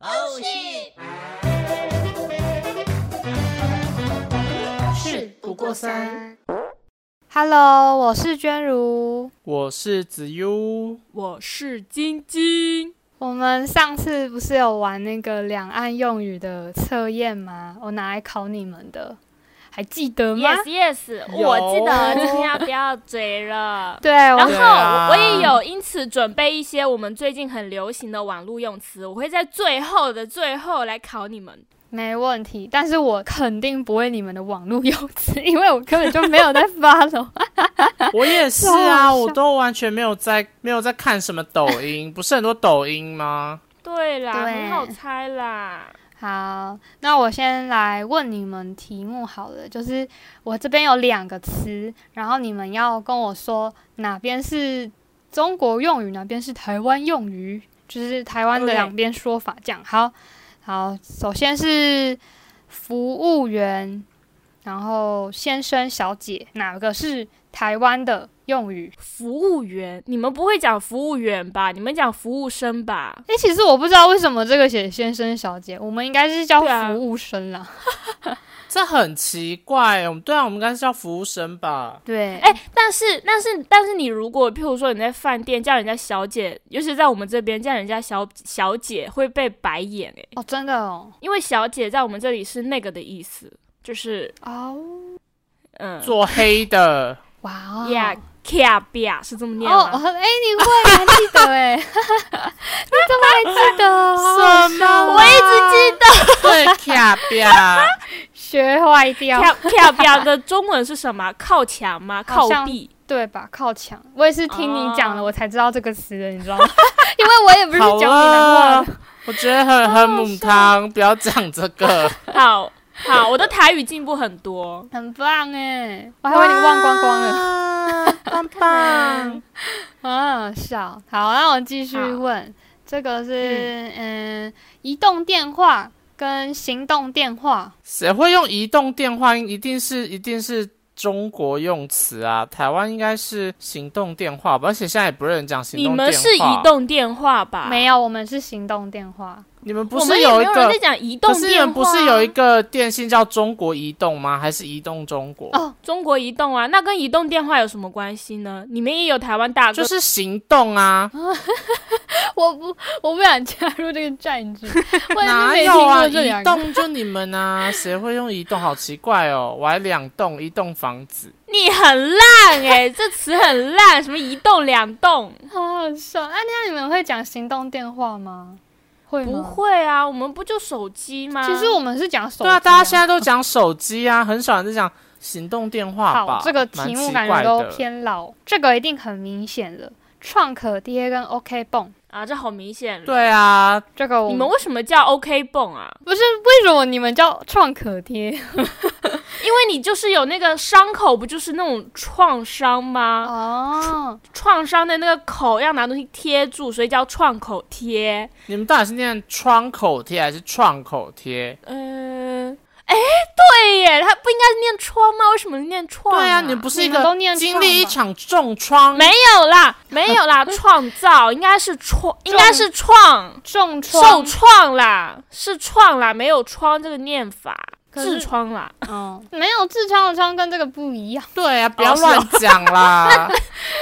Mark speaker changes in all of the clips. Speaker 1: 哦
Speaker 2: 过三。
Speaker 3: Hello，我是娟如。
Speaker 1: 我是子悠，
Speaker 4: 我是晶晶，
Speaker 3: 我们上次不是有玩那个两岸用语的测验吗？我拿来考你们的，还记得吗。
Speaker 2: Yes Yes，
Speaker 1: 有
Speaker 2: 我记得今天要不要嘴了
Speaker 3: 对，
Speaker 2: 然
Speaker 3: 我
Speaker 1: 对
Speaker 2: 后
Speaker 1: 啊
Speaker 2: 我也有因此准备一些我们最近很流行的网络用词，我会在最后的最后来考你们。
Speaker 3: 没问题，但是我肯定不会你们的网络用词，因为我根本就没有在 follow。
Speaker 1: 我也是
Speaker 3: 好
Speaker 1: 啊，
Speaker 3: 笑
Speaker 1: 我都完全没有在没有在看什么抖音，不是很多抖音吗？
Speaker 2: 对啦，
Speaker 3: 对
Speaker 2: 很好猜啦。
Speaker 3: 好，那我先来问你们题目好了，就是我这边有两个词，然后你们要跟我说哪边是中国用语，哪边是台湾用语，就是台湾的
Speaker 2: OK
Speaker 3: 两边说法这样。好，好，首先是服务员，然后先生、小姐，哪个是台湾的用语？
Speaker 2: 服务员，你们不会讲服务员吧？你们讲服务生吧？
Speaker 3: 诶，其实我不知道为什么这个写先生、小姐，我们应该是叫
Speaker 2: 对啊
Speaker 3: 服务生啦。
Speaker 1: 这很奇怪，我们对啊，我们应该是叫服务生吧？
Speaker 3: 对，
Speaker 2: 哎、但是但是但是你如果譬如说你在饭店叫人家小姐，尤其在我们这边叫人家小小姐会被白眼欸诶、
Speaker 3: 哦，真的哦，
Speaker 2: 因为小姐在我们这里是那个的意思，就是
Speaker 3: 哦。
Speaker 2: 嗯，
Speaker 1: 做黑的，
Speaker 3: 哇哦
Speaker 2: Yeah，卡比亚是这么念
Speaker 3: 哦，
Speaker 2: 吗？
Speaker 3: 哎、你会还记得哎、 你怎么还记得啊？
Speaker 1: 什么
Speaker 2: 我一直记得
Speaker 1: 对，卡表，
Speaker 3: 学坏掉，
Speaker 2: 卡卡比亚的中文是什么？靠墙吗？靠
Speaker 3: 好像
Speaker 2: 壁？
Speaker 3: 对吧？靠墙，我也是听你讲了，
Speaker 2: 哦
Speaker 3: 我才知道这个词 的，你知道吗？因为我也不是
Speaker 1: 好
Speaker 3: 讲闽南话
Speaker 1: 了
Speaker 3: 的。，
Speaker 1: 我觉得很很母汤，不要讲这个。
Speaker 2: 好好，我的台语进步很多。
Speaker 3: 很棒哎，我还以为你忘光光了
Speaker 1: 了，棒棒。
Speaker 3: 啊！笑，好，那我继续
Speaker 2: 好
Speaker 3: 问，这个是嗯移动电话跟行动电话，
Speaker 1: 谁会用移动电话？一定是一定是中国用词啊，台湾应该是行动电话吧，而且现在也不是人讲行
Speaker 2: 你
Speaker 1: 动电话。
Speaker 2: 们是移，动电话吧？
Speaker 3: 没有，我们是行动电话。
Speaker 1: 你们不
Speaker 2: 我们
Speaker 1: 是
Speaker 2: 也
Speaker 1: 有
Speaker 2: 没
Speaker 1: 一
Speaker 2: 有人
Speaker 1: 个
Speaker 2: 在？讲移动
Speaker 1: 可是你
Speaker 2: 电话啊，
Speaker 1: 们不是有一个电信叫中国移动吗？还是移动中国？
Speaker 3: 哦
Speaker 2: 中国移动啊？那跟移动电话有什么关系呢？你们也有台湾大哥，
Speaker 1: 就是行动啊，
Speaker 3: 我不，我不想加入这个战 局。我也是
Speaker 1: 哪
Speaker 3: 没
Speaker 1: 有
Speaker 3: 听
Speaker 1: 啊？
Speaker 3: 过这
Speaker 1: 移
Speaker 3: 两个。
Speaker 1: 动就你们啊，谁会用移动？好奇怪哦！我还两栋，一栋房子，
Speaker 2: 你很烂哎、这词很烂，什么移动两动？
Speaker 3: 好好笑。那、那你们会讲行动电话吗？会吗？
Speaker 2: 不。会啊，我们不就手机吗？
Speaker 3: 其实我们是讲手机、
Speaker 1: 啊对啊，大家现在都讲手机啊，很少人在讲行动电话吧
Speaker 3: 好，？这个
Speaker 1: 蛮
Speaker 3: 题目
Speaker 1: 奇
Speaker 3: 感觉
Speaker 1: 怪
Speaker 3: 都
Speaker 1: 的
Speaker 3: 偏老，这个一定很明显了。创可贴跟 OK 蹦，
Speaker 2: 啊，这好明显。，
Speaker 1: 对啊，
Speaker 3: 这个我
Speaker 2: 你们为什么叫 OK 泵啊？
Speaker 3: 不是为什么你们叫创可贴？
Speaker 2: 因为你就是有那个伤口，不就是那种创伤吗？
Speaker 1: 啊
Speaker 3: 哦，
Speaker 2: 创伤的那个口要拿东西贴住，所以叫创口贴。
Speaker 1: 你们到底是念窗口贴还是创口贴？
Speaker 2: 嗯、哎，对耶，它不应该是念窗吗？为什么念创、
Speaker 1: 对
Speaker 2: 啊，
Speaker 1: 啊，你不是
Speaker 3: 你
Speaker 1: 一
Speaker 3: 们都
Speaker 1: 个
Speaker 3: 念
Speaker 1: 经
Speaker 3: 创
Speaker 1: 历一
Speaker 3: 吧
Speaker 1: 场重创，
Speaker 2: 没有啦，没有啦，创造应该是创，应该是创，
Speaker 3: 重
Speaker 2: 受
Speaker 3: 创，
Speaker 2: 创啦，是创啦，没有创这个念法，
Speaker 3: 可是
Speaker 2: 痔疮啦。
Speaker 3: 嗯，没有痔疮的疮跟这个不一样。
Speaker 1: 对啊，不要乱讲啦。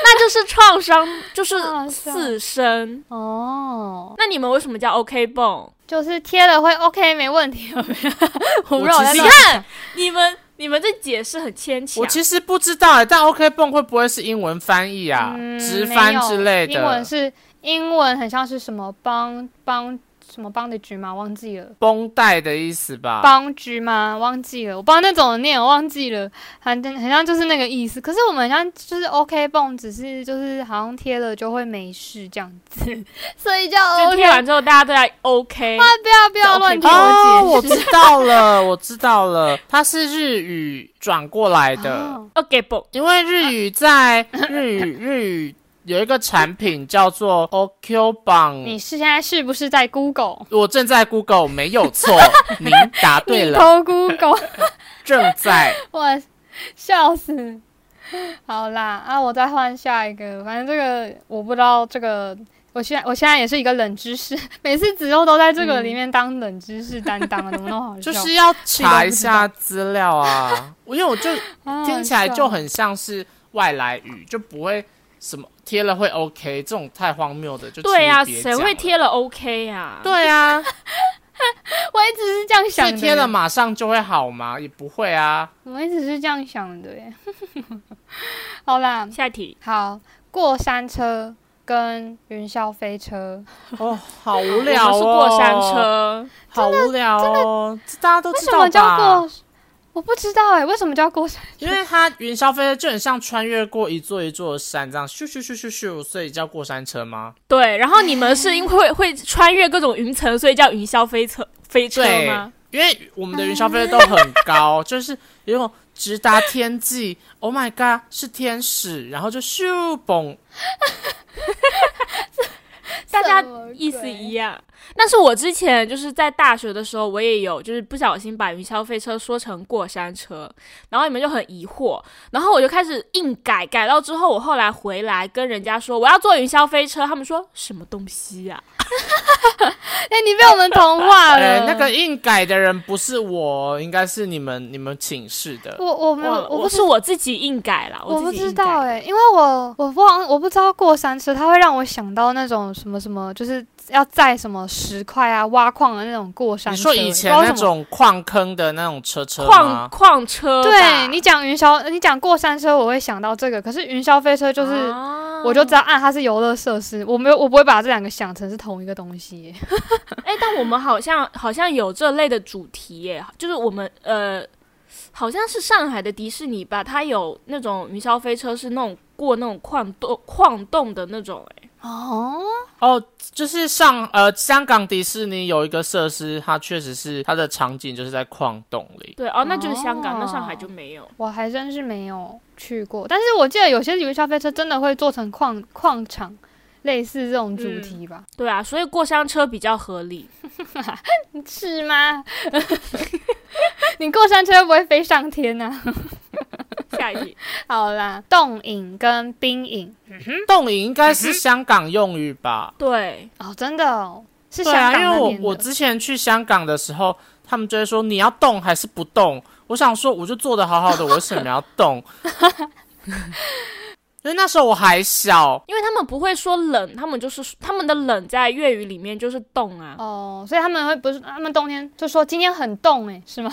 Speaker 2: 那就是创伤，就是
Speaker 3: 啊是啊
Speaker 2: 刺身。
Speaker 3: 哦，
Speaker 2: 那你们为什么叫 OK 泵？
Speaker 3: 就是贴了会 OK 没问题，有没有 我不知道
Speaker 1: 我
Speaker 3: 在
Speaker 1: 其
Speaker 3: 哪
Speaker 1: 实
Speaker 2: 你们你们这解释很牵强。
Speaker 1: 我其实不知道哎、但 OK 蹦会不会是英文翻译啊？
Speaker 3: 嗯
Speaker 1: 直翻之类的？
Speaker 3: 没有英文是英文，很像是什么帮帮什么帮的局吗？忘记了，
Speaker 1: 绷带的意思吧？
Speaker 3: 帮局吗？忘记了，我帮那种念，我忘记了，反正很像就是那个意思。可是我们好像就是 OK 泵，只是就是好像贴了就会没事这样子， 所以叫
Speaker 2: 就
Speaker 3: OK。
Speaker 2: 贴完之后，大家都在 OK。
Speaker 3: 不要不要乱听
Speaker 1: 哦，
Speaker 3: 我
Speaker 1: 我
Speaker 3: 解释。
Speaker 1: 知道了， 我知道了，它是日语转过来的，
Speaker 3: 哦
Speaker 2: OK 泵
Speaker 1: 因为日语在日语日语有一个产品叫做 OQ 棒。
Speaker 3: 你是现在是不是在 Google？
Speaker 1: 我正在 Google，没有 错，您答对
Speaker 3: 你
Speaker 1: 了，
Speaker 3: 偷 Google。
Speaker 1: 正 在。
Speaker 3: 我笑死。好啦，啊，我再换下一个，反正这个我不知道这个我现在我现在也是一个冷知识， 每次子悠都在这个里面当冷知识担当啊，怎么那么好笑？
Speaker 1: 就是要查一下资 料啊，因为我就
Speaker 2: 嗯
Speaker 3: 啊
Speaker 1: 听起来就很像是外来语，就不会什么贴了会 OK 这种太荒谬的，就
Speaker 2: 对
Speaker 1: 呀、
Speaker 2: 呀、谁会？贴了 OK 呀、
Speaker 1: 对啊，
Speaker 3: 我一直是这样
Speaker 1: 所以
Speaker 3: 想的，
Speaker 1: 贴了马上就会好吗？也不会啊。
Speaker 3: 我一直是这样想的耶。 好啦，
Speaker 2: 下一题，
Speaker 3: 好，过山车跟云霄飞车，
Speaker 1: 哦，好无
Speaker 2: 我
Speaker 1: 聊
Speaker 2: 们
Speaker 1: 哦，
Speaker 2: 是过山，车，
Speaker 1: 好无聊哦，这大家都
Speaker 3: 为
Speaker 1: 知
Speaker 3: 什
Speaker 1: 道吧？
Speaker 3: 么叫过？我不知道哎，为什么叫过山？
Speaker 1: 因为它云霄飞车就很像穿越过一座一座山，这样咻咻咻咻咻，所以叫过山车吗？
Speaker 2: 对。然后你们是因为会会穿越各种云层，所以叫云霄飞车飞车
Speaker 1: 对
Speaker 2: 吗？
Speaker 1: 因为我们的云霄飞车都很 高，就是有种直达天际。Oh my god，是天使，然后就咻嘣，
Speaker 2: 大家
Speaker 3: 什么鬼
Speaker 2: 意思一样。但是我之前就是在大学的时候，我也有就是不小心把云霄飞车说成过山车，然后你们就很疑惑，然后我就开始硬改，改到之后，我后来回来跟人家说我要坐云霄飞车，他们说什么东西呀、
Speaker 3: 哎、你被我们同化了。
Speaker 1: 呃， 那个硬改的人不是我，应该是你们你们寝室的。
Speaker 3: 我我没有，
Speaker 2: 我
Speaker 3: 不
Speaker 2: 是我自己硬改了，
Speaker 3: 我不
Speaker 2: 自己
Speaker 3: 知
Speaker 2: 硬改
Speaker 3: 道哎、因为我我忘我不知道过山车，它会让我想到那种什么什么，就是要载什么石块啊、挖矿的那种过山
Speaker 1: 你
Speaker 3: 车。
Speaker 1: 说
Speaker 3: 不
Speaker 1: 以前
Speaker 3: 知
Speaker 1: 那
Speaker 3: 道为什么。
Speaker 1: 种矿坑的那种车车
Speaker 2: 矿
Speaker 1: 吗？
Speaker 2: 矿车吧，
Speaker 3: 对你讲云霄，呃你讲过山车，我会想到这个。可是云霄飞车就是，
Speaker 2: 啊
Speaker 3: 我就知道啊，它是游乐设施，我没有，我不会把这两个想成是同一个东西耶。
Speaker 2: 哎、但我们好像好像有这类的主题耶，就是我们呃，好像是上海的迪士尼吧，它有那种云霄飞车，是那种过那种矿洞矿洞的那种，哎，
Speaker 3: 哦，
Speaker 1: 哦，就是上呃香港迪士尼有一个设施，它确实是它的场景就是在矿洞里。
Speaker 2: 对哦，那就是香港，那上海
Speaker 3: 哦
Speaker 2: 就没有。
Speaker 3: 我还真是没有去过，但是我记得有些云霄飞车真的会做成矿矿场，类似这种主
Speaker 2: 嗯
Speaker 3: 题吧？
Speaker 2: 对啊，所以过山车比较合理。
Speaker 3: 是吗？ 你过山车不会飞上天呐、
Speaker 2: 下 一题，
Speaker 3: 好啦，冻饮跟冰饮
Speaker 1: 冻饮应该是香港用语吧？
Speaker 2: 对，
Speaker 3: 哦，真的哦，是
Speaker 1: 对
Speaker 3: 香
Speaker 1: 啊，
Speaker 3: 港
Speaker 1: 因为
Speaker 3: 那
Speaker 1: 我
Speaker 3: 边的。
Speaker 1: 我之前去香港的时候，他们就会说你要动还是不动。我想说，我就做的好好的，我为什么要 动？因为那时候我还小，
Speaker 2: 因为他们不会说冷，他们就是他们的冷在粤语里面就是冻啊。
Speaker 3: 哦，所以他们会不是他们冬天就说今天很冻哎、是吗？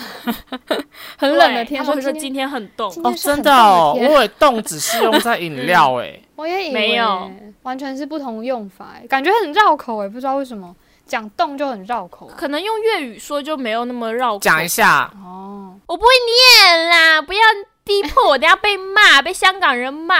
Speaker 3: 很冷的
Speaker 2: 对
Speaker 3: 天
Speaker 2: 他们会说
Speaker 3: 今
Speaker 2: 今天很冻。
Speaker 3: 今
Speaker 1: 哦，
Speaker 3: 天是
Speaker 1: 真
Speaker 3: 很
Speaker 1: 的
Speaker 3: 冻
Speaker 1: 哦，我
Speaker 3: 天嗯
Speaker 1: 以为动只是用在饮料欸诶、
Speaker 3: 我也以为
Speaker 2: 没有，
Speaker 3: 完全是不同用法、欸，感觉很绕口哎、不知道为什么讲冻就很绕口、
Speaker 2: 可能用粤语说就没有那么绕口。
Speaker 1: 讲一下，
Speaker 3: 哦，
Speaker 2: 我不会念啦，不要逼迫我，等下被 骂，被香港人骂。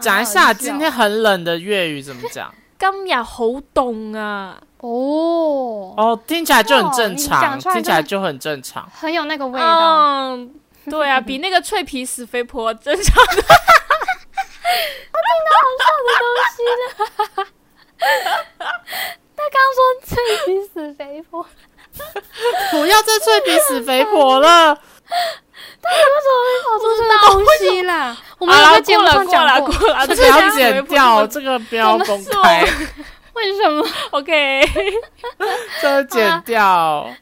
Speaker 1: 讲一
Speaker 3: 好
Speaker 1: 下
Speaker 3: 嗯好笑
Speaker 1: 今天很冷的粤语怎么讲？
Speaker 2: 今日好凍啊！
Speaker 3: 哦，
Speaker 1: 哦，听起来就很正
Speaker 3: 哦
Speaker 1: 常，
Speaker 3: 你讲出来
Speaker 1: 听起来就很 正常。
Speaker 3: 很有那个味道。
Speaker 2: 嗯，对 啊，比那个脆皮死肥婆正常。
Speaker 3: 脆皮死肥婆，为
Speaker 1: 不要再脆皮死肥婆 了。
Speaker 3: 什么会跑出这个东西啦？我们有
Speaker 2: 啊
Speaker 3: 在节目上
Speaker 2: 过
Speaker 3: 讲
Speaker 2: 了
Speaker 3: 过，
Speaker 2: 过 了，
Speaker 1: 这
Speaker 2: 这
Speaker 1: 个要剪掉，
Speaker 2: 个
Speaker 1: 这个不要
Speaker 3: 怎
Speaker 1: 公开，
Speaker 3: 为什么？
Speaker 2: OK，
Speaker 1: 这个剪掉。
Speaker 3: 哦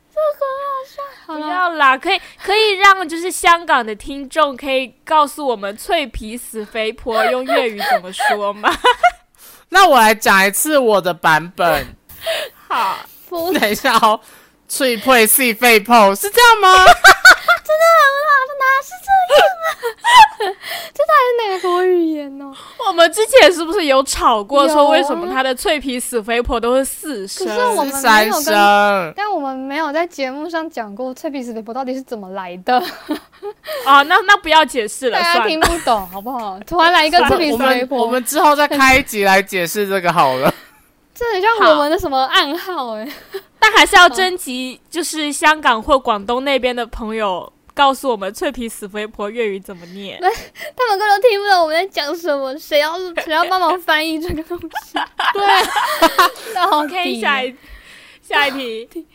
Speaker 3: 好啊
Speaker 2: 不
Speaker 3: 了，
Speaker 2: 要啦，可以可以让就是香港的听众可以告诉我们脆皮死肥婆用粤语怎么说 吗？
Speaker 1: 那我来讲一次我的版本。
Speaker 2: 好，
Speaker 3: 不是
Speaker 1: 等一下哦，脆脆细肺泡是这样吗？
Speaker 3: 哪个国语言哦？
Speaker 2: 我们之前是不是有吵过
Speaker 3: 有啊
Speaker 2: 说为什么他的脆皮死肥婆都是四声？
Speaker 3: 可是 我们
Speaker 1: 是三 声。
Speaker 3: 但我们没有在节目上讲过脆皮死肥婆到底是怎么来的，
Speaker 2: 啊，那那不要解释 了，
Speaker 3: 大家
Speaker 2: 算
Speaker 3: 听
Speaker 2: 了。
Speaker 3: 不懂，好不好？突然来一个
Speaker 2: 算
Speaker 3: 脆
Speaker 2: 了
Speaker 3: 皮
Speaker 1: 我
Speaker 3: 死肥
Speaker 1: 们我
Speaker 3: 婆，
Speaker 1: 们之后再开一集来解释这个好 了。
Speaker 3: 这很像我们的什么暗号哎、
Speaker 2: 但还是要征集，就是香港或广东那边的朋友，告诉我们脆皮死肥婆粤语怎么念。
Speaker 3: 他们根本都听不懂我们在讲什么，谁要谁要帮忙翻译这个东 西？对，到
Speaker 2: OK，
Speaker 3: 底啊
Speaker 2: 下一下一 题，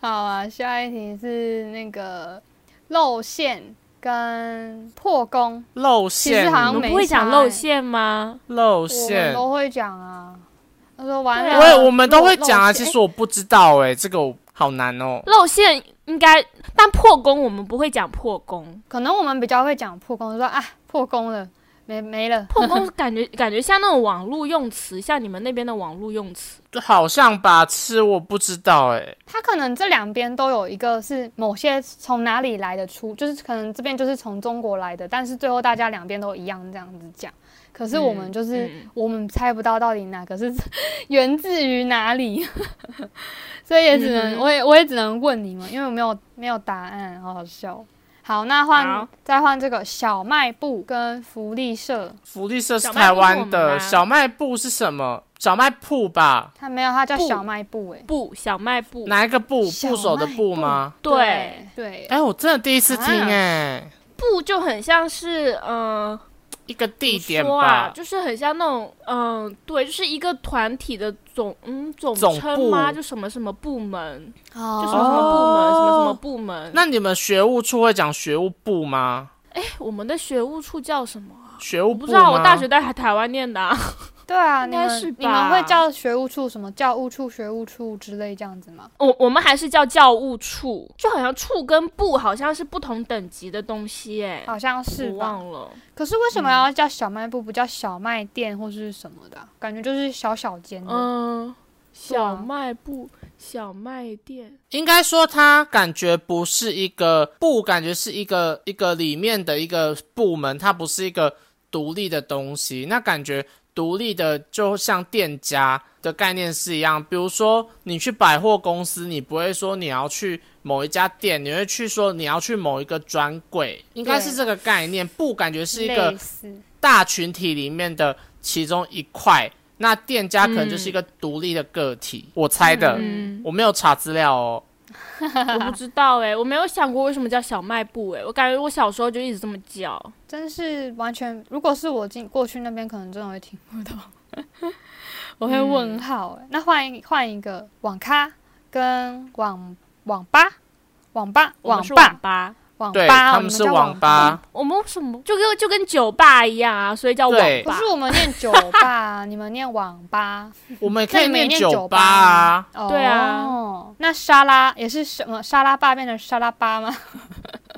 Speaker 3: 好啊，下一题是那个露馅跟破功，
Speaker 1: 露
Speaker 3: 其实
Speaker 1: 馅，
Speaker 3: 好
Speaker 2: 我
Speaker 3: 像
Speaker 2: 们
Speaker 3: 没
Speaker 2: 不会讲
Speaker 3: 差欸
Speaker 2: 露馅吗？
Speaker 1: 露
Speaker 3: 我们
Speaker 1: 馅，
Speaker 3: 都会讲啊。他说完
Speaker 2: 对
Speaker 3: 了，
Speaker 2: 啊
Speaker 1: 我也我们都会讲啊，
Speaker 3: 露
Speaker 1: 其
Speaker 3: 馅
Speaker 1: 实我不知道哎、这个我好难哦、
Speaker 2: 露馅应该，但破功我们不会讲破功，
Speaker 3: 可能我们比较会讲破功，就说啊破功了，没没了。
Speaker 2: 破功 感觉感觉像那种网络用词，像你们那边的网络用词。
Speaker 1: 就好像吧，吃我不知道哎、
Speaker 3: 他可能这两边都有一个是某些从哪里来的出，就是可能这边就是从中国来的，但是最后大家两边都一样这样子讲。可是我们
Speaker 2: 嗯
Speaker 3: 就是、
Speaker 2: 嗯
Speaker 3: 我们猜不到到底哪个是 源自于哪里， 所以也只能、
Speaker 2: 嗯哼
Speaker 3: 我也我也只能问你们，因为我没有没有答案，好好笑。好，那换
Speaker 2: 好
Speaker 3: 再换这个小卖部跟福利社，
Speaker 1: 福利社是
Speaker 2: 小卖部
Speaker 1: 台湾的，
Speaker 2: 我们啊
Speaker 1: 小卖部是什么？小卖铺吧？
Speaker 3: 它没有，它叫
Speaker 2: 布
Speaker 3: 小卖部、欸，
Speaker 2: 不，小卖部，
Speaker 1: 哪一个部？
Speaker 3: 小
Speaker 1: 部首的部吗？
Speaker 2: 对，
Speaker 3: 对，
Speaker 1: 哎、我真的第一次听
Speaker 3: 啊
Speaker 1: 哎、
Speaker 2: 部就很像是嗯。呃
Speaker 1: 一个地点
Speaker 2: 怎么说啊
Speaker 1: 吧，，
Speaker 2: 就是很像那种，嗯，对，就是一个团体的总，嗯，总
Speaker 1: 总
Speaker 2: 称吗？
Speaker 1: 部
Speaker 2: 就什么什么部门，
Speaker 3: 哦
Speaker 2: 呃就什么什么部门，什么什么部门。
Speaker 1: 那你们学务处会讲学务部吗？
Speaker 2: 哎我们的学务处叫什么啊？
Speaker 1: 学务
Speaker 2: 我
Speaker 1: 部
Speaker 2: 不知道，我
Speaker 1: 吗
Speaker 2: 大学在台台湾念的、啊。
Speaker 3: 对啊，
Speaker 2: 应
Speaker 3: 你
Speaker 2: 该
Speaker 3: 们
Speaker 2: 是
Speaker 3: 你们会
Speaker 2: 吧
Speaker 3: 叫学务处什么教务处、学务处之类这样子吗？
Speaker 2: 我我们还是叫教务处，就好像处跟部好像是不同等级的东西、诶，哎，
Speaker 3: 好像哦是
Speaker 2: 我
Speaker 3: 吧。
Speaker 2: 忘了。嗯
Speaker 3: 可是为什么要叫小卖部，不叫小卖店或是什么的啊、感觉就是小小间的。
Speaker 2: 嗯，小
Speaker 3: 啊
Speaker 2: 卖部、小卖店，
Speaker 1: 应该说，它感觉不是一个部，感觉是一个一个里面的一个部门，它不是一个独立的东西。那感觉独立的就像店家的概念是一样。比如说，你去百货公司，你不会说你要去某一家店，你会去说你要去某一个专柜，应该是这个概念。部感觉是一个
Speaker 3: 类似，
Speaker 1: 大群体里面的其中一块，那店家可能就是一个独立的个体，我猜的。
Speaker 2: 嗯，
Speaker 1: 我没有查资料哦，
Speaker 2: 我不知道哎、我没有想过为什么叫小卖部哎、我感觉我小时候就一直这么叫。
Speaker 3: 真是完全。如果是我进过去那边，可能真的会听不懂， 我
Speaker 2: 嗯
Speaker 3: 会问号欸、那换一换一个网咖跟网网吧，网吧
Speaker 2: 我
Speaker 3: 网
Speaker 2: 们是网
Speaker 3: 吧
Speaker 2: 吧，
Speaker 3: 网
Speaker 1: 对
Speaker 3: 吧，
Speaker 1: 他
Speaker 3: 你
Speaker 1: 们
Speaker 3: 们
Speaker 1: 是
Speaker 3: 叫
Speaker 1: 网
Speaker 3: 吧。
Speaker 1: 吧，
Speaker 2: 我们为什么就跟就跟酒吧一样啊，所以叫网
Speaker 1: 对
Speaker 3: 可
Speaker 2: 吧
Speaker 3: 是。我们念酒吧，啊你们念网吧。
Speaker 1: 我们也可以
Speaker 3: 那你们也念
Speaker 1: 酒
Speaker 3: 酒
Speaker 1: 吧
Speaker 3: 吧
Speaker 1: 啊。
Speaker 3: 哦
Speaker 2: 对啊，
Speaker 3: 那沙拉也是什么沙拉爸变成沙拉巴吗？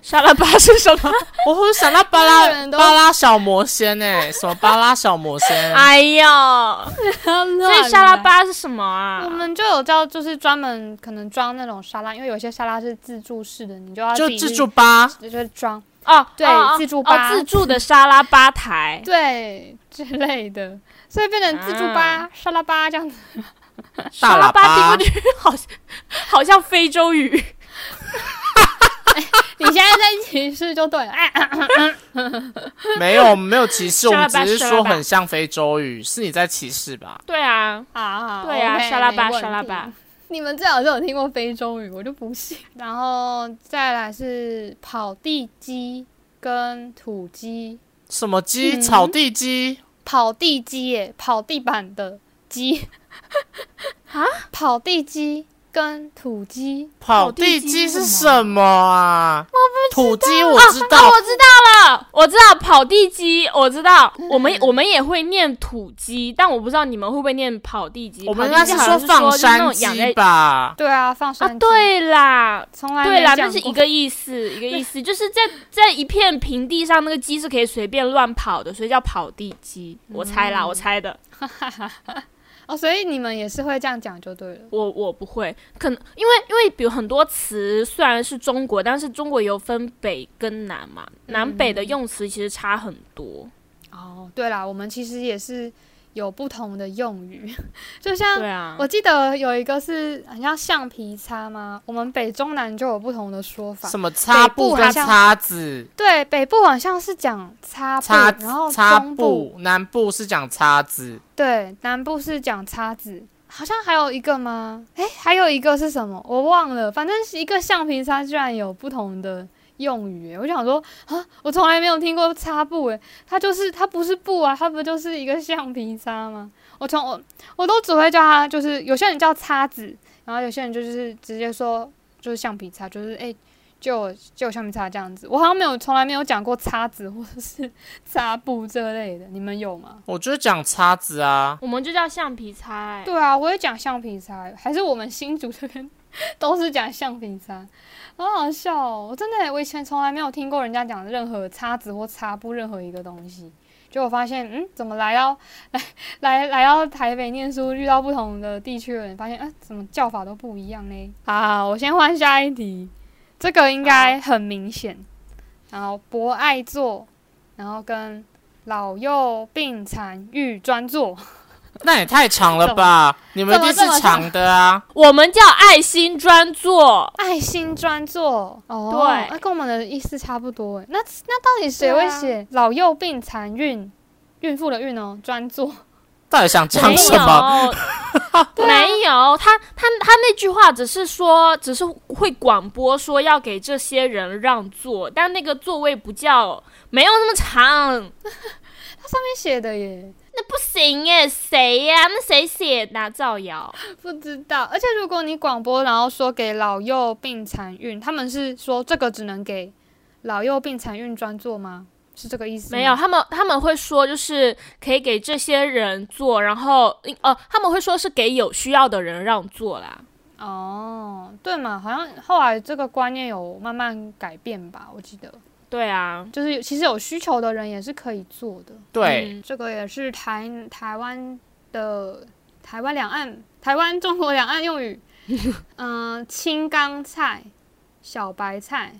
Speaker 2: 沙拉吧是什么？
Speaker 1: 我会想到巴
Speaker 3: 所有
Speaker 1: 拉
Speaker 3: 人都
Speaker 1: 巴拉小魔仙呢、什么巴拉小魔仙？
Speaker 2: 哎呀，所
Speaker 3: 所
Speaker 2: 以沙拉，吧是什么啊？
Speaker 3: 我们就有叫就是专门可能装那种沙拉，因为有些沙拉是自助式的，你就要
Speaker 1: 就
Speaker 3: 自己
Speaker 1: 自
Speaker 3: 去
Speaker 1: 助吧，
Speaker 3: 就是 装
Speaker 2: 哦，
Speaker 3: 对
Speaker 2: 哦哦
Speaker 3: 自助吧
Speaker 2: 哦自助的沙拉吧台。
Speaker 3: 对之类的，所以变成自助吧、沙拉吧这样子。
Speaker 2: 沙
Speaker 1: 大
Speaker 2: 拉
Speaker 1: 喇叭
Speaker 2: 吧听过去好像 好像非洲语，
Speaker 3: 你现在在歧视就对了，哎，
Speaker 1: 没有没有歧视，我
Speaker 2: 沙
Speaker 1: 们
Speaker 2: 拉
Speaker 1: 只
Speaker 2: 吧
Speaker 1: 是
Speaker 2: 沙
Speaker 1: 说
Speaker 2: 拉吧
Speaker 1: 很像非洲语，是你在歧视吧？
Speaker 2: 对啊，
Speaker 3: 啊，
Speaker 2: 对啊，
Speaker 3: OK，
Speaker 2: 沙拉吧
Speaker 3: 没问
Speaker 2: 沙拉
Speaker 3: 题
Speaker 2: 吧，
Speaker 3: 你们最好是有听过非洲语，我就不信。然后再来是跑地鸡跟土鸡，
Speaker 1: 什么鸡？
Speaker 3: 嗯
Speaker 1: 草地鸡？
Speaker 3: 跑地鸡耶，跑地板的鸡
Speaker 2: 啊，
Speaker 3: 跑地鸡跟土鸡，
Speaker 1: 跑地
Speaker 2: 地
Speaker 1: 鸡
Speaker 2: 鸡
Speaker 1: 是
Speaker 2: 是
Speaker 1: 什
Speaker 2: 什
Speaker 1: 么啊？土鸡我知道
Speaker 2: 啊，，我知道了，我知道跑地鸡，我知道，我们我们也会念土鸡，但我不知道你们会不会念跑地鸡。
Speaker 1: 我们应
Speaker 2: 跑
Speaker 1: 该
Speaker 2: 地
Speaker 1: 是
Speaker 2: 鸡好像是
Speaker 1: 放
Speaker 2: 就是那
Speaker 1: 山
Speaker 2: 种养
Speaker 1: 鸡
Speaker 2: 在
Speaker 1: 吧？
Speaker 3: 对啊，放
Speaker 2: 啊
Speaker 3: 山，鸡，
Speaker 2: 对啦，
Speaker 3: 从来没
Speaker 2: 对啦，
Speaker 3: 讲
Speaker 2: 那是
Speaker 3: 过
Speaker 2: 一个意思，一个意思，就是在在一片平地上，那个鸡是可以随便乱跑的，所以叫跑地鸡。我猜啦，
Speaker 3: 嗯
Speaker 2: 我猜的，
Speaker 3: 哦，所以你们也是会这样讲就对了。
Speaker 2: 我我不会，可能因为因为比如很多词虽然是中国，但是中国有分北跟南嘛，南北
Speaker 3: 嗯
Speaker 2: 的用词其实差很多。
Speaker 3: 哦，对啦，我们其实也是有不同的用语， 就像
Speaker 2: 对啊，
Speaker 3: 我记得有一个是很像橡皮擦吗？我们北中南就有不同的说法。
Speaker 1: 什么擦
Speaker 3: 北部
Speaker 1: 布跟
Speaker 3: 好像
Speaker 1: 叉子？
Speaker 3: 对，北部好像是讲擦布，
Speaker 1: 擦
Speaker 3: 然后
Speaker 1: 擦
Speaker 3: 中部
Speaker 1: 布，南部是讲叉子，
Speaker 3: 对，南部是讲叉子，好像还有一个吗？诶，还有一个是什么？我忘了，反正是一个橡皮擦居然有不同的用语，我想说啊，我从来没有听过擦布，诶，它就是它不是布啊，它不就是一个橡皮擦吗？我从我我都只会叫它，就是有些人叫叉子，然后有些人就是直接说就是橡皮擦，就是诶，就就橡皮擦这样子。我好像没有从来没有讲过擦子或者是 擦布这类的，你们有吗？
Speaker 1: 我就是讲叉子啊，
Speaker 2: 我们就叫橡皮擦、欸。
Speaker 3: 对啊，我也讲橡皮擦，还是我们新竹这边 都是讲橡皮擦，好好笑哦！我真的我以前从来没有听过人家讲任何擦子或擦布任何一个东西。就我发现，嗯，怎么 来到来来来到台北念书，遇到不同的地区的人，发现啊，怎么叫法都不一样呢？好，我先换下一题，这个应该很明显。然后博爱座，然后跟老幼病残育专座，
Speaker 1: 那也太长了吧？你们一定
Speaker 3: 怎么这么
Speaker 1: 是长的啊，
Speaker 2: 我们叫爱心专座，
Speaker 3: 爱心专座。哦，
Speaker 2: 对
Speaker 3: 那、跟我们的意思差不多欸诶。那那到底谁
Speaker 2: 对
Speaker 3: 会
Speaker 2: 啊
Speaker 3: 写老幼病残孕？孕妇的孕哦，专 座。
Speaker 1: 到底想
Speaker 2: 没
Speaker 1: 讲什么？
Speaker 2: 有，没有。他他他那句话只是说，只是会广播说要给这些人让座，但那个座位不叫，没有那么长，
Speaker 3: 写的耶，
Speaker 2: 那不行耶，谁呀、那谁写的啊？造谣。
Speaker 3: 不知道。而且如果你广播，然后说给老幼病残孕，他们是说这个只能给老幼病残孕专做吗？是这个意思吗？
Speaker 2: 没有，他们他们会说就是可以给这些人做，然后嗯呃他们会说是给有需要的人让座啦。
Speaker 3: 哦，对嘛，好像后来这个观念有慢慢改变吧，我记得
Speaker 2: 对啊，
Speaker 3: 就是有其实有需求的人也是可以做的。
Speaker 1: 对，
Speaker 2: 嗯
Speaker 3: 这个也是台台湾的台湾两岸、台湾中国两岸用语。 嗯、青冈菜、小白菜，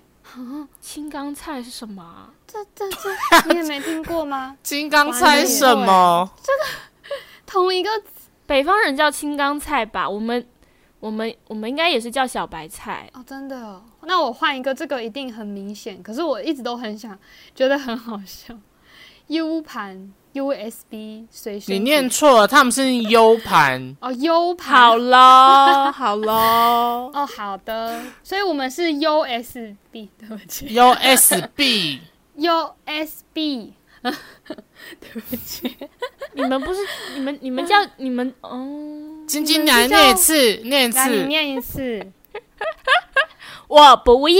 Speaker 2: 青冈菜是什么啊？
Speaker 3: 这这这 你也没听过吗？
Speaker 1: 金刚猜什么？
Speaker 3: 同一个
Speaker 2: 北方人叫青冈菜吧？我们我们我们应该也是叫小白菜。
Speaker 3: 哦，真的、哦。那我换一个，这个一定很明显，可是我一直都很想，觉得很好笑。U 盘、USB 随身碟，
Speaker 1: 你念错了，他们是 U 盘，
Speaker 3: 哦 U 盘
Speaker 2: 好喽， 好喽，
Speaker 3: 哦好的，所以我们是 USB，对不起
Speaker 1: USB，
Speaker 3: ，USB
Speaker 2: 你们不是你们你们叫你们哦，
Speaker 1: 晶晶来念一次，念一
Speaker 3: 来你
Speaker 1: 次，
Speaker 3: 念一次，
Speaker 2: 我不要。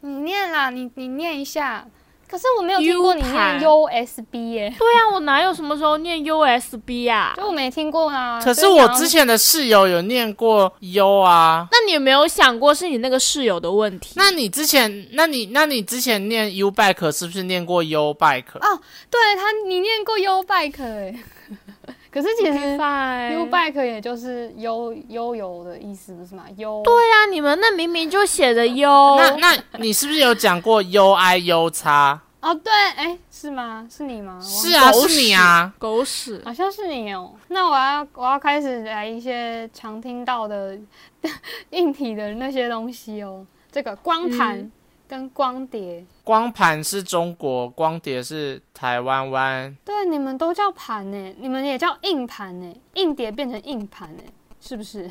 Speaker 3: 你念啦，你你念一下。可是我没有听
Speaker 2: U
Speaker 3: 过你念
Speaker 2: 盘
Speaker 3: USB 耶、
Speaker 2: 对啊，我哪有什么时候念 USB 啊？
Speaker 3: 就我没听过啊。
Speaker 1: 可是
Speaker 3: 所以
Speaker 1: 我
Speaker 3: 想要
Speaker 1: 之前的室友有念过 U 啊，
Speaker 2: 那你有没有想过是你那个室友的问题？
Speaker 1: 那你之前，那你那你之前念 U bike 是不是念过 U bike？
Speaker 3: 啊对他，你念过 U Bike 哎、 可是其实 U
Speaker 2: U
Speaker 3: bike 也就是悠悠游的意思，不是吗？悠
Speaker 2: 对啊，你们那明明就写的
Speaker 3: 哦
Speaker 2: U，
Speaker 1: 那那你是不是有讲过 U I U 叉？
Speaker 3: 哦，对，哎，是吗？是你吗？我忘
Speaker 1: 是啊，
Speaker 2: 狗
Speaker 1: 是你啊。
Speaker 2: 狗屎。
Speaker 3: 好像是你哦。那我要我要开始来一些常听到的 硬体的那些东西哦。这个光盘
Speaker 2: 嗯
Speaker 3: 跟光碟，
Speaker 1: 光盘是中国，光碟是台湾湾。
Speaker 3: 对，你们都叫盘呢，你们也叫硬盘呢，硬碟变成硬盘呢，是不是？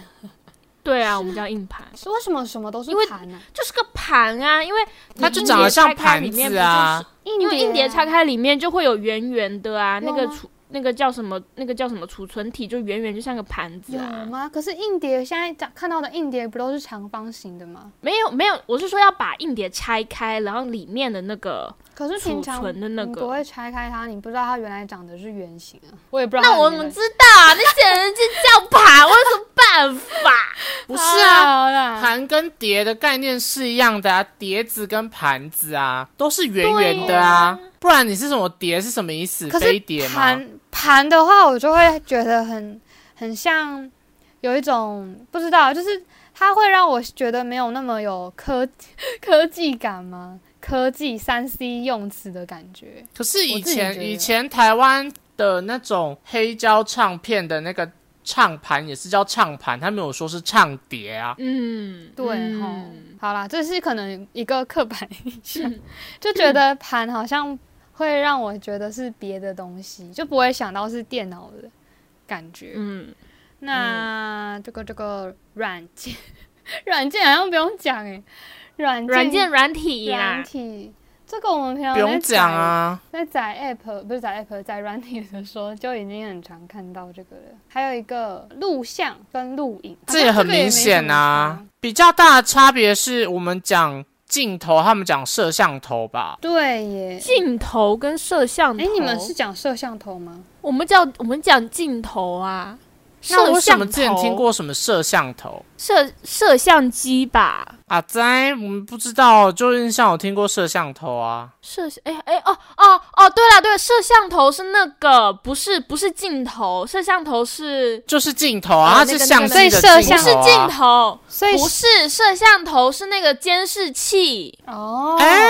Speaker 2: 对啊，我们叫硬盘，
Speaker 3: 是为什么什么都是
Speaker 2: 因为
Speaker 3: 盘呢、
Speaker 2: 就是个盘啊，因为
Speaker 1: 它
Speaker 2: 你
Speaker 1: 就
Speaker 2: 硬
Speaker 1: 长得
Speaker 2: 碟
Speaker 1: 像
Speaker 2: 拆开
Speaker 1: 盘
Speaker 2: 里面
Speaker 1: 子
Speaker 2: 不
Speaker 1: 啊
Speaker 2: 就是，，
Speaker 3: 硬
Speaker 2: 因为
Speaker 3: 碟
Speaker 2: 硬碟
Speaker 3: 啊
Speaker 2: 拆开里面就会有圆圆的啊，那
Speaker 3: 有
Speaker 2: 个
Speaker 3: 吗
Speaker 2: 储那个叫什么？那个叫什么储存体就圆圆，就像个盘子
Speaker 3: 有
Speaker 2: 啊。
Speaker 3: 吗？可是硬碟现在长看到的硬碟不都是长方形的吗？
Speaker 2: 没有没有，我是说要把硬碟拆开，然后里面的那个，
Speaker 3: 可是平常
Speaker 2: 储存的那
Speaker 3: 你
Speaker 2: 个
Speaker 3: 不会拆开它，你不知道它原来长的是圆形啊。我也不知道它
Speaker 2: 那
Speaker 3: 原来。
Speaker 2: 我们知道啊，那显然就叫盘，我有什么办法？
Speaker 1: 不是啊。
Speaker 3: 好啦，
Speaker 1: 盘跟碟的概念是一样的啊，碟子跟盘子啊都是圆圆的啊，不然你是什么碟是什么意思？
Speaker 3: 可
Speaker 1: 飞
Speaker 3: 是
Speaker 1: 碟吗？
Speaker 3: 盘盘的话，我就会觉得很很像有一种不知道，就是它会让我觉得没有那么有科科技 感吗？科技三 C 用词的感觉。
Speaker 1: 可是以
Speaker 3: 我自己觉
Speaker 1: 前
Speaker 3: 得
Speaker 1: 以前台湾的那种黑胶唱片的那个唱盘也是叫唱盘，他没有说是唱碟啊。
Speaker 2: 嗯，
Speaker 3: 对
Speaker 2: 嗯
Speaker 3: 吼，好啦，这是可能一个刻板印象， 就觉得盘好像会让我觉得是别的东西，就不会想到是电脑的感觉。
Speaker 2: 嗯，
Speaker 3: 那这个这个软件， 软件好像不用讲诶、软
Speaker 2: 嗯软件
Speaker 3: 件
Speaker 2: 软体啊
Speaker 3: 软
Speaker 2: 啦，
Speaker 3: 体，这个我们平常
Speaker 1: 不
Speaker 3: 在
Speaker 1: 用讲
Speaker 3: 载，
Speaker 1: 啊，
Speaker 3: 在载 app 不是载 app 载软体的时候就已经很常看到这个了。还有一个录像跟录影，好
Speaker 1: 这
Speaker 3: 像
Speaker 1: 也很
Speaker 3: 个没
Speaker 1: 明
Speaker 3: 什
Speaker 1: 显
Speaker 3: 么
Speaker 1: 啊
Speaker 3: 差。
Speaker 1: 比较大的差别是我们讲镜头，他们讲摄像头吧？
Speaker 3: 对耶。
Speaker 2: 镜头跟摄像头。
Speaker 3: 哎，你们是讲摄像头吗？
Speaker 2: 我们叫我们讲镜头啊，
Speaker 1: 那
Speaker 2: 摄
Speaker 1: 为什
Speaker 2: 像
Speaker 1: 么
Speaker 2: 头
Speaker 1: 之前听过什么摄像头
Speaker 2: 摄摄像机吧？
Speaker 1: 啊？在我们不知道，就印象有听过摄像头啊。
Speaker 2: 摄哎哎哦哦哦，对了对了，摄像头是那个不是不是镜头，摄像头是
Speaker 1: 就是镜头啊，
Speaker 2: 哦
Speaker 1: 它
Speaker 2: 那
Speaker 1: 是
Speaker 2: 个
Speaker 1: 相机的
Speaker 3: 那个
Speaker 1: 镜
Speaker 2: 不是
Speaker 1: 头、啊。
Speaker 2: 镜头？
Speaker 3: 所以
Speaker 2: 不是摄像头是那个监视器。
Speaker 3: 哦，
Speaker 1: 哎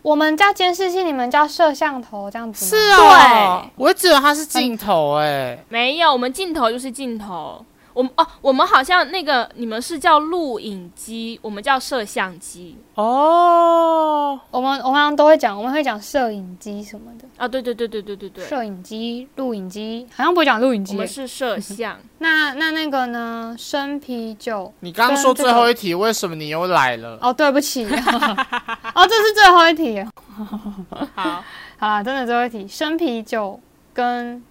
Speaker 3: 我们家监视器，你们家摄像头这样子吗
Speaker 1: 是啊、哦，我只有它是镜头哎、
Speaker 2: 没有，我们镜头就是镜头。我们哦，我们好像那个你们是叫录影机，我们叫摄像机
Speaker 1: 哦，
Speaker 3: 我们我们好像都会讲，我们会讲摄影机什么的，
Speaker 2: 啊。对对对对对对对，
Speaker 3: 摄影机、录影机，好像不会讲录影
Speaker 2: 我
Speaker 3: 机
Speaker 2: 们
Speaker 3: 耶。
Speaker 2: 是摄像。
Speaker 3: 那那那个呢？生啤酒。
Speaker 1: 你刚刚说最后一题，为什么你又来了？
Speaker 3: 哦，对不起，哦，这是最后一题了。
Speaker 2: 好，
Speaker 3: 好啦，真的最后一题，生啤酒跟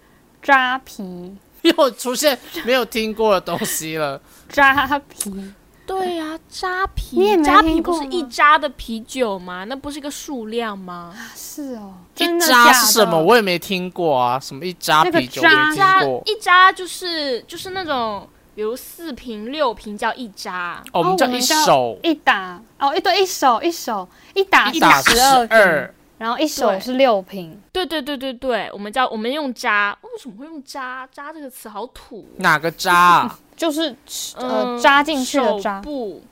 Speaker 3: 扎啤，
Speaker 1: 又出现没有听过的东西了。
Speaker 3: 扎啤。
Speaker 2: 对呀、扎啤，
Speaker 3: 你也没
Speaker 2: 扎啤
Speaker 3: 听
Speaker 2: 不
Speaker 3: 过
Speaker 2: 是
Speaker 3: 吗
Speaker 2: 一扎的啤酒吗？那不是一个数量吗？
Speaker 3: 是哦，真
Speaker 1: 一
Speaker 3: 的
Speaker 1: 扎
Speaker 3: 假
Speaker 1: 是什么？
Speaker 3: 的
Speaker 1: 我也没听过啊，什么一扎
Speaker 3: 那个
Speaker 1: 啤酒我
Speaker 3: 渣
Speaker 1: 没
Speaker 2: 一
Speaker 1: 听
Speaker 2: 扎
Speaker 1: 过。哦
Speaker 2: 一扎就是就是那种，比如四瓶六瓶叫一扎，
Speaker 1: 哦，我们
Speaker 3: 哦
Speaker 1: 叫
Speaker 3: 我们
Speaker 1: 一
Speaker 3: 叫
Speaker 1: 手，
Speaker 3: 一打哦，一对一手一手一打
Speaker 1: 一打
Speaker 3: 十
Speaker 1: 十
Speaker 3: 二瓶，
Speaker 1: 二，
Speaker 3: 然后一手是六瓶。
Speaker 2: 对对对对对，我们叫我们用扎，哦为什么会用扎？扎这个词好土哦，
Speaker 1: 哪个扎啊？
Speaker 3: 就是呃
Speaker 2: 嗯
Speaker 3: 扎进去的扎
Speaker 2: 手，部，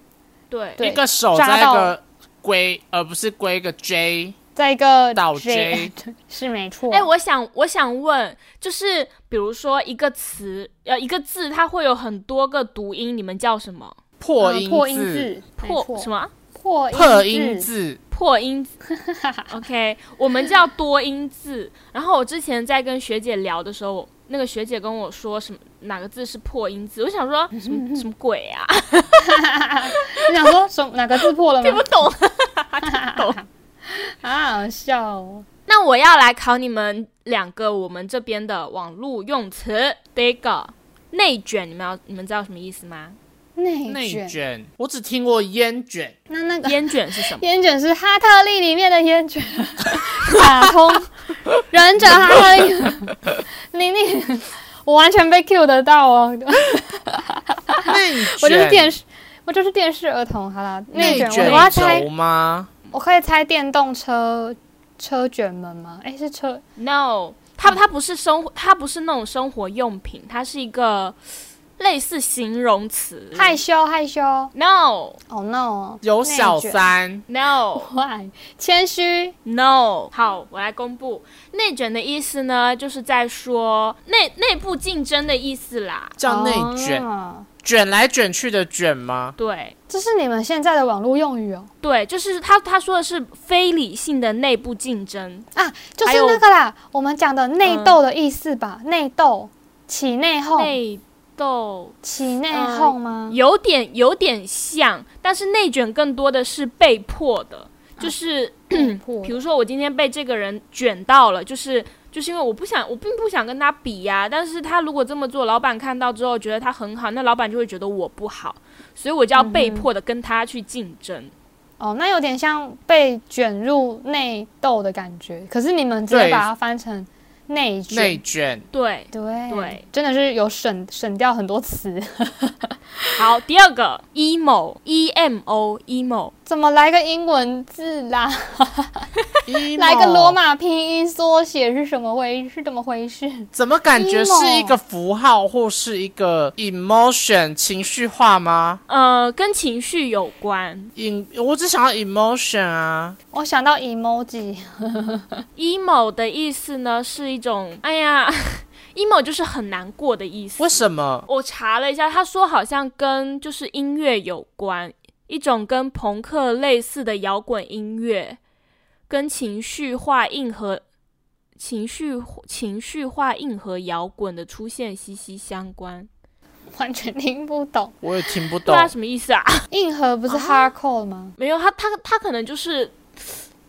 Speaker 2: 对
Speaker 3: 对
Speaker 1: 一个手
Speaker 3: 扎
Speaker 1: 在一
Speaker 3: 到
Speaker 1: 个龟，而不是龟一个 J
Speaker 3: 再一个
Speaker 1: 到
Speaker 3: 呃 J 嗯
Speaker 1: J。
Speaker 3: 是没错。
Speaker 2: 哎、我想，我想问，就是比如说一个词，呃，一个字，它会有很多个读音，你们叫什么？
Speaker 1: 破
Speaker 3: 呃
Speaker 1: 音
Speaker 3: 破音
Speaker 1: 字、
Speaker 3: 字
Speaker 2: 破什
Speaker 3: 么
Speaker 2: 么？
Speaker 3: 破
Speaker 1: 破
Speaker 3: 音
Speaker 1: 音 字，
Speaker 2: 破音字，OK，我们叫多音字。然后我之前在跟学姐聊的时候，那个学姐跟我说什么哪个字是破音字，我想说什么什么鬼啊，
Speaker 3: 你想说什么哪个字破了
Speaker 2: 听
Speaker 3: 吗
Speaker 2: 不？懂。
Speaker 3: 啊，好笑哦！
Speaker 2: 那我要来考你们两个我们这边的网络用词。第一个内卷，你们要你们知道什么意思吗？
Speaker 3: 内
Speaker 1: 内
Speaker 3: 卷，
Speaker 1: 卷，我只听过烟卷。
Speaker 3: 那那个
Speaker 2: 烟卷是什么？
Speaker 3: 烟卷是哈特利里面的烟卷，卡通忍者哈特利，宁宁， 我完全被 Q 得到哦，
Speaker 1: 内
Speaker 3: 我就是电
Speaker 1: 卷，
Speaker 3: 视，我就是电视儿童，好啦，
Speaker 1: 内
Speaker 3: 卷，
Speaker 1: 卷
Speaker 3: 我要
Speaker 1: 轴
Speaker 3: 猜，
Speaker 1: 吗？
Speaker 3: 我可以猜电动车车卷门吗？哎，是车
Speaker 2: No，它它不是生活，它不是那种生活用品，它是一个类似形容词。
Speaker 3: 害羞害羞，哦
Speaker 2: No
Speaker 3: no，
Speaker 1: 有小
Speaker 3: 卷
Speaker 1: 三，
Speaker 2: No
Speaker 3: why 谦虚
Speaker 2: No，好，我来公布内卷的意思呢，就是在说内内部竞争的意思啦。
Speaker 1: 叫内卷，
Speaker 3: 哦
Speaker 1: 卷来卷去的卷吗？
Speaker 2: 对
Speaker 3: 这是你们现在的网络用语哦
Speaker 2: 对，就是他他说的是非理性的内部竞争。
Speaker 3: 啊，就
Speaker 2: 还
Speaker 3: 是
Speaker 2: 有
Speaker 3: 那个啦，我们讲的内斗的意思吧，
Speaker 1: 嗯
Speaker 3: 内斗。起内讧，
Speaker 2: 内斗
Speaker 3: 起内
Speaker 2: 呃
Speaker 3: 讧吗？
Speaker 2: 有点有点像，但是内卷更多的是被迫的，就是
Speaker 1: 呃
Speaker 3: 被
Speaker 1: 嗯
Speaker 3: 迫
Speaker 2: 比如说我今天被这个人卷到了，就是就是因为我不想，我并不想跟他比呀、但是他如果这么做，老板看到之后觉得他很好，那老板就会觉得我不好，所以我就要被迫的跟他去竞争。
Speaker 3: 哦，那有点像被卷入内斗的感觉。可是你们直接
Speaker 1: 对
Speaker 3: 把它翻成内卷，
Speaker 1: 内 卷，
Speaker 2: 对，
Speaker 3: 对
Speaker 2: 对，
Speaker 3: 真的是有省省掉很多词。
Speaker 2: 好，第二个 emo，e m o emo，
Speaker 3: 怎么来个英文字啦？来
Speaker 1: 来
Speaker 3: 个罗，马拼音缩写是什么回是怎么回事？
Speaker 1: 怎么感觉是一个符号或是一个 emotion 情绪化吗？
Speaker 2: 呃，跟情绪有关。
Speaker 1: 影，我只想要 emotion 啊，
Speaker 3: 我想到 emoji，
Speaker 2: emo E 的意思呢是一种，哎呀 ，emo 就是很难过的意思
Speaker 1: 为。什么？
Speaker 2: 我查了一下，他说好像跟就是音乐有关，一种跟朋克类似的摇滚音乐，跟情绪化硬核、情绪情绪化硬核摇滚的出现息息相关。
Speaker 3: 完全听不懂。
Speaker 1: 我也听不
Speaker 2: 对
Speaker 1: 懂
Speaker 2: 啊，。什么意思啊？
Speaker 1: 哦
Speaker 3: 硬核不是 hardcore 吗？
Speaker 2: 没有，他他他可能就是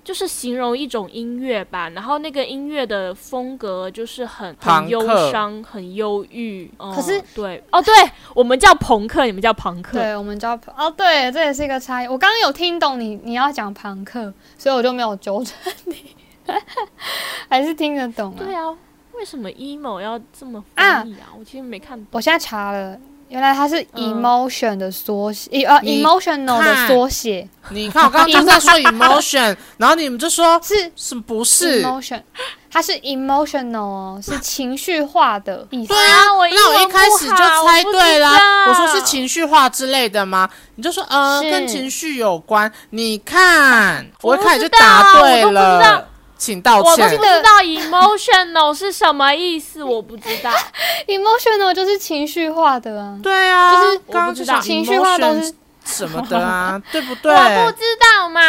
Speaker 2: 就是形容一种音乐吧，然后那个音乐的风格就是很
Speaker 1: 朋
Speaker 2: 很
Speaker 1: 克
Speaker 2: 忧伤、很忧郁。嗯
Speaker 3: 可是
Speaker 2: 对哦，对我们叫朋克，你们叫朋克。
Speaker 3: 对，我们叫哦，对，这也是一个差异。我刚刚有听懂你你要讲朋克，所以我就没有纠正你， 还是听得懂啊
Speaker 2: 对。啊，为什么 emo 要这么
Speaker 3: 啊
Speaker 2: 翻译啊？我其实没看懂。
Speaker 3: 我现在查了，原来它是
Speaker 2: 嗯
Speaker 3: emotion 的缩写，呃
Speaker 1: 你
Speaker 3: ，emotional 的
Speaker 1: 看
Speaker 3: 缩写
Speaker 1: 你看我刚刚就是在 说 emotion，然后你们就说
Speaker 3: 是
Speaker 1: 是不是？
Speaker 3: emotion，它是 emotional 哦，是情绪化的意思
Speaker 1: 对。啊，
Speaker 2: 啊我英
Speaker 1: 那我一
Speaker 2: 文
Speaker 1: 开
Speaker 2: 不
Speaker 1: 始就
Speaker 2: 好啊
Speaker 1: 猜
Speaker 2: 我不
Speaker 1: 对
Speaker 2: 知
Speaker 1: 啦。我
Speaker 2: 道
Speaker 1: 说是情绪化之类的吗？你就说呃，
Speaker 3: 是
Speaker 1: 跟情绪有关。你看，我
Speaker 2: 我
Speaker 1: 一
Speaker 2: 不
Speaker 1: 开始就
Speaker 2: 知道
Speaker 1: 答对
Speaker 2: 我都不知道
Speaker 1: 了，请道
Speaker 2: 我都
Speaker 1: 歉
Speaker 2: 不。知道 emotional 是什么意思，我 不知道。
Speaker 3: emotional 就是情绪化的啊，
Speaker 1: 对啊，
Speaker 2: 就是我
Speaker 1: 刚
Speaker 2: 不
Speaker 1: 刚
Speaker 2: 知
Speaker 1: 就
Speaker 2: 道
Speaker 1: 想
Speaker 3: 情绪化都
Speaker 1: emotion
Speaker 3: 是
Speaker 1: 什么的啊， 对不对？
Speaker 2: 我不知道嘛。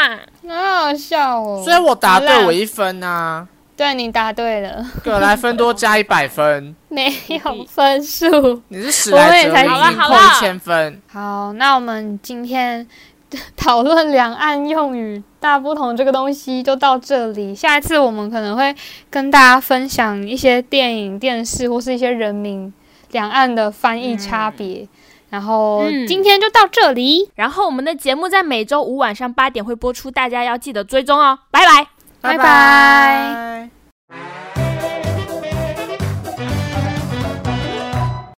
Speaker 3: 很好笑哦。
Speaker 1: 所以我答
Speaker 3: 好
Speaker 1: 对
Speaker 3: 啦
Speaker 1: 我一 分啊，
Speaker 3: 对你答对了，
Speaker 1: 葛莱芬多加一百分，
Speaker 3: 没有分数。
Speaker 1: 你是史
Speaker 3: 我
Speaker 1: 莱
Speaker 3: 也
Speaker 1: 哲
Speaker 3: 才
Speaker 1: 林，
Speaker 2: 好啦
Speaker 1: 你
Speaker 2: 好
Speaker 1: 扣
Speaker 2: 啦
Speaker 1: 一千分。
Speaker 3: 好，那我们今天讨论两岸用语大不同这个东西就到这里。下一次我们可能会跟大家分享一些电影、电视或是一些人民两岸的翻译差别。然后
Speaker 2: 嗯
Speaker 3: 今天就到这里，
Speaker 2: 然后我们的节目在每周五晚上八点会播出，大家要记得追踪哦。拜拜。
Speaker 3: 拜拜
Speaker 1: 拜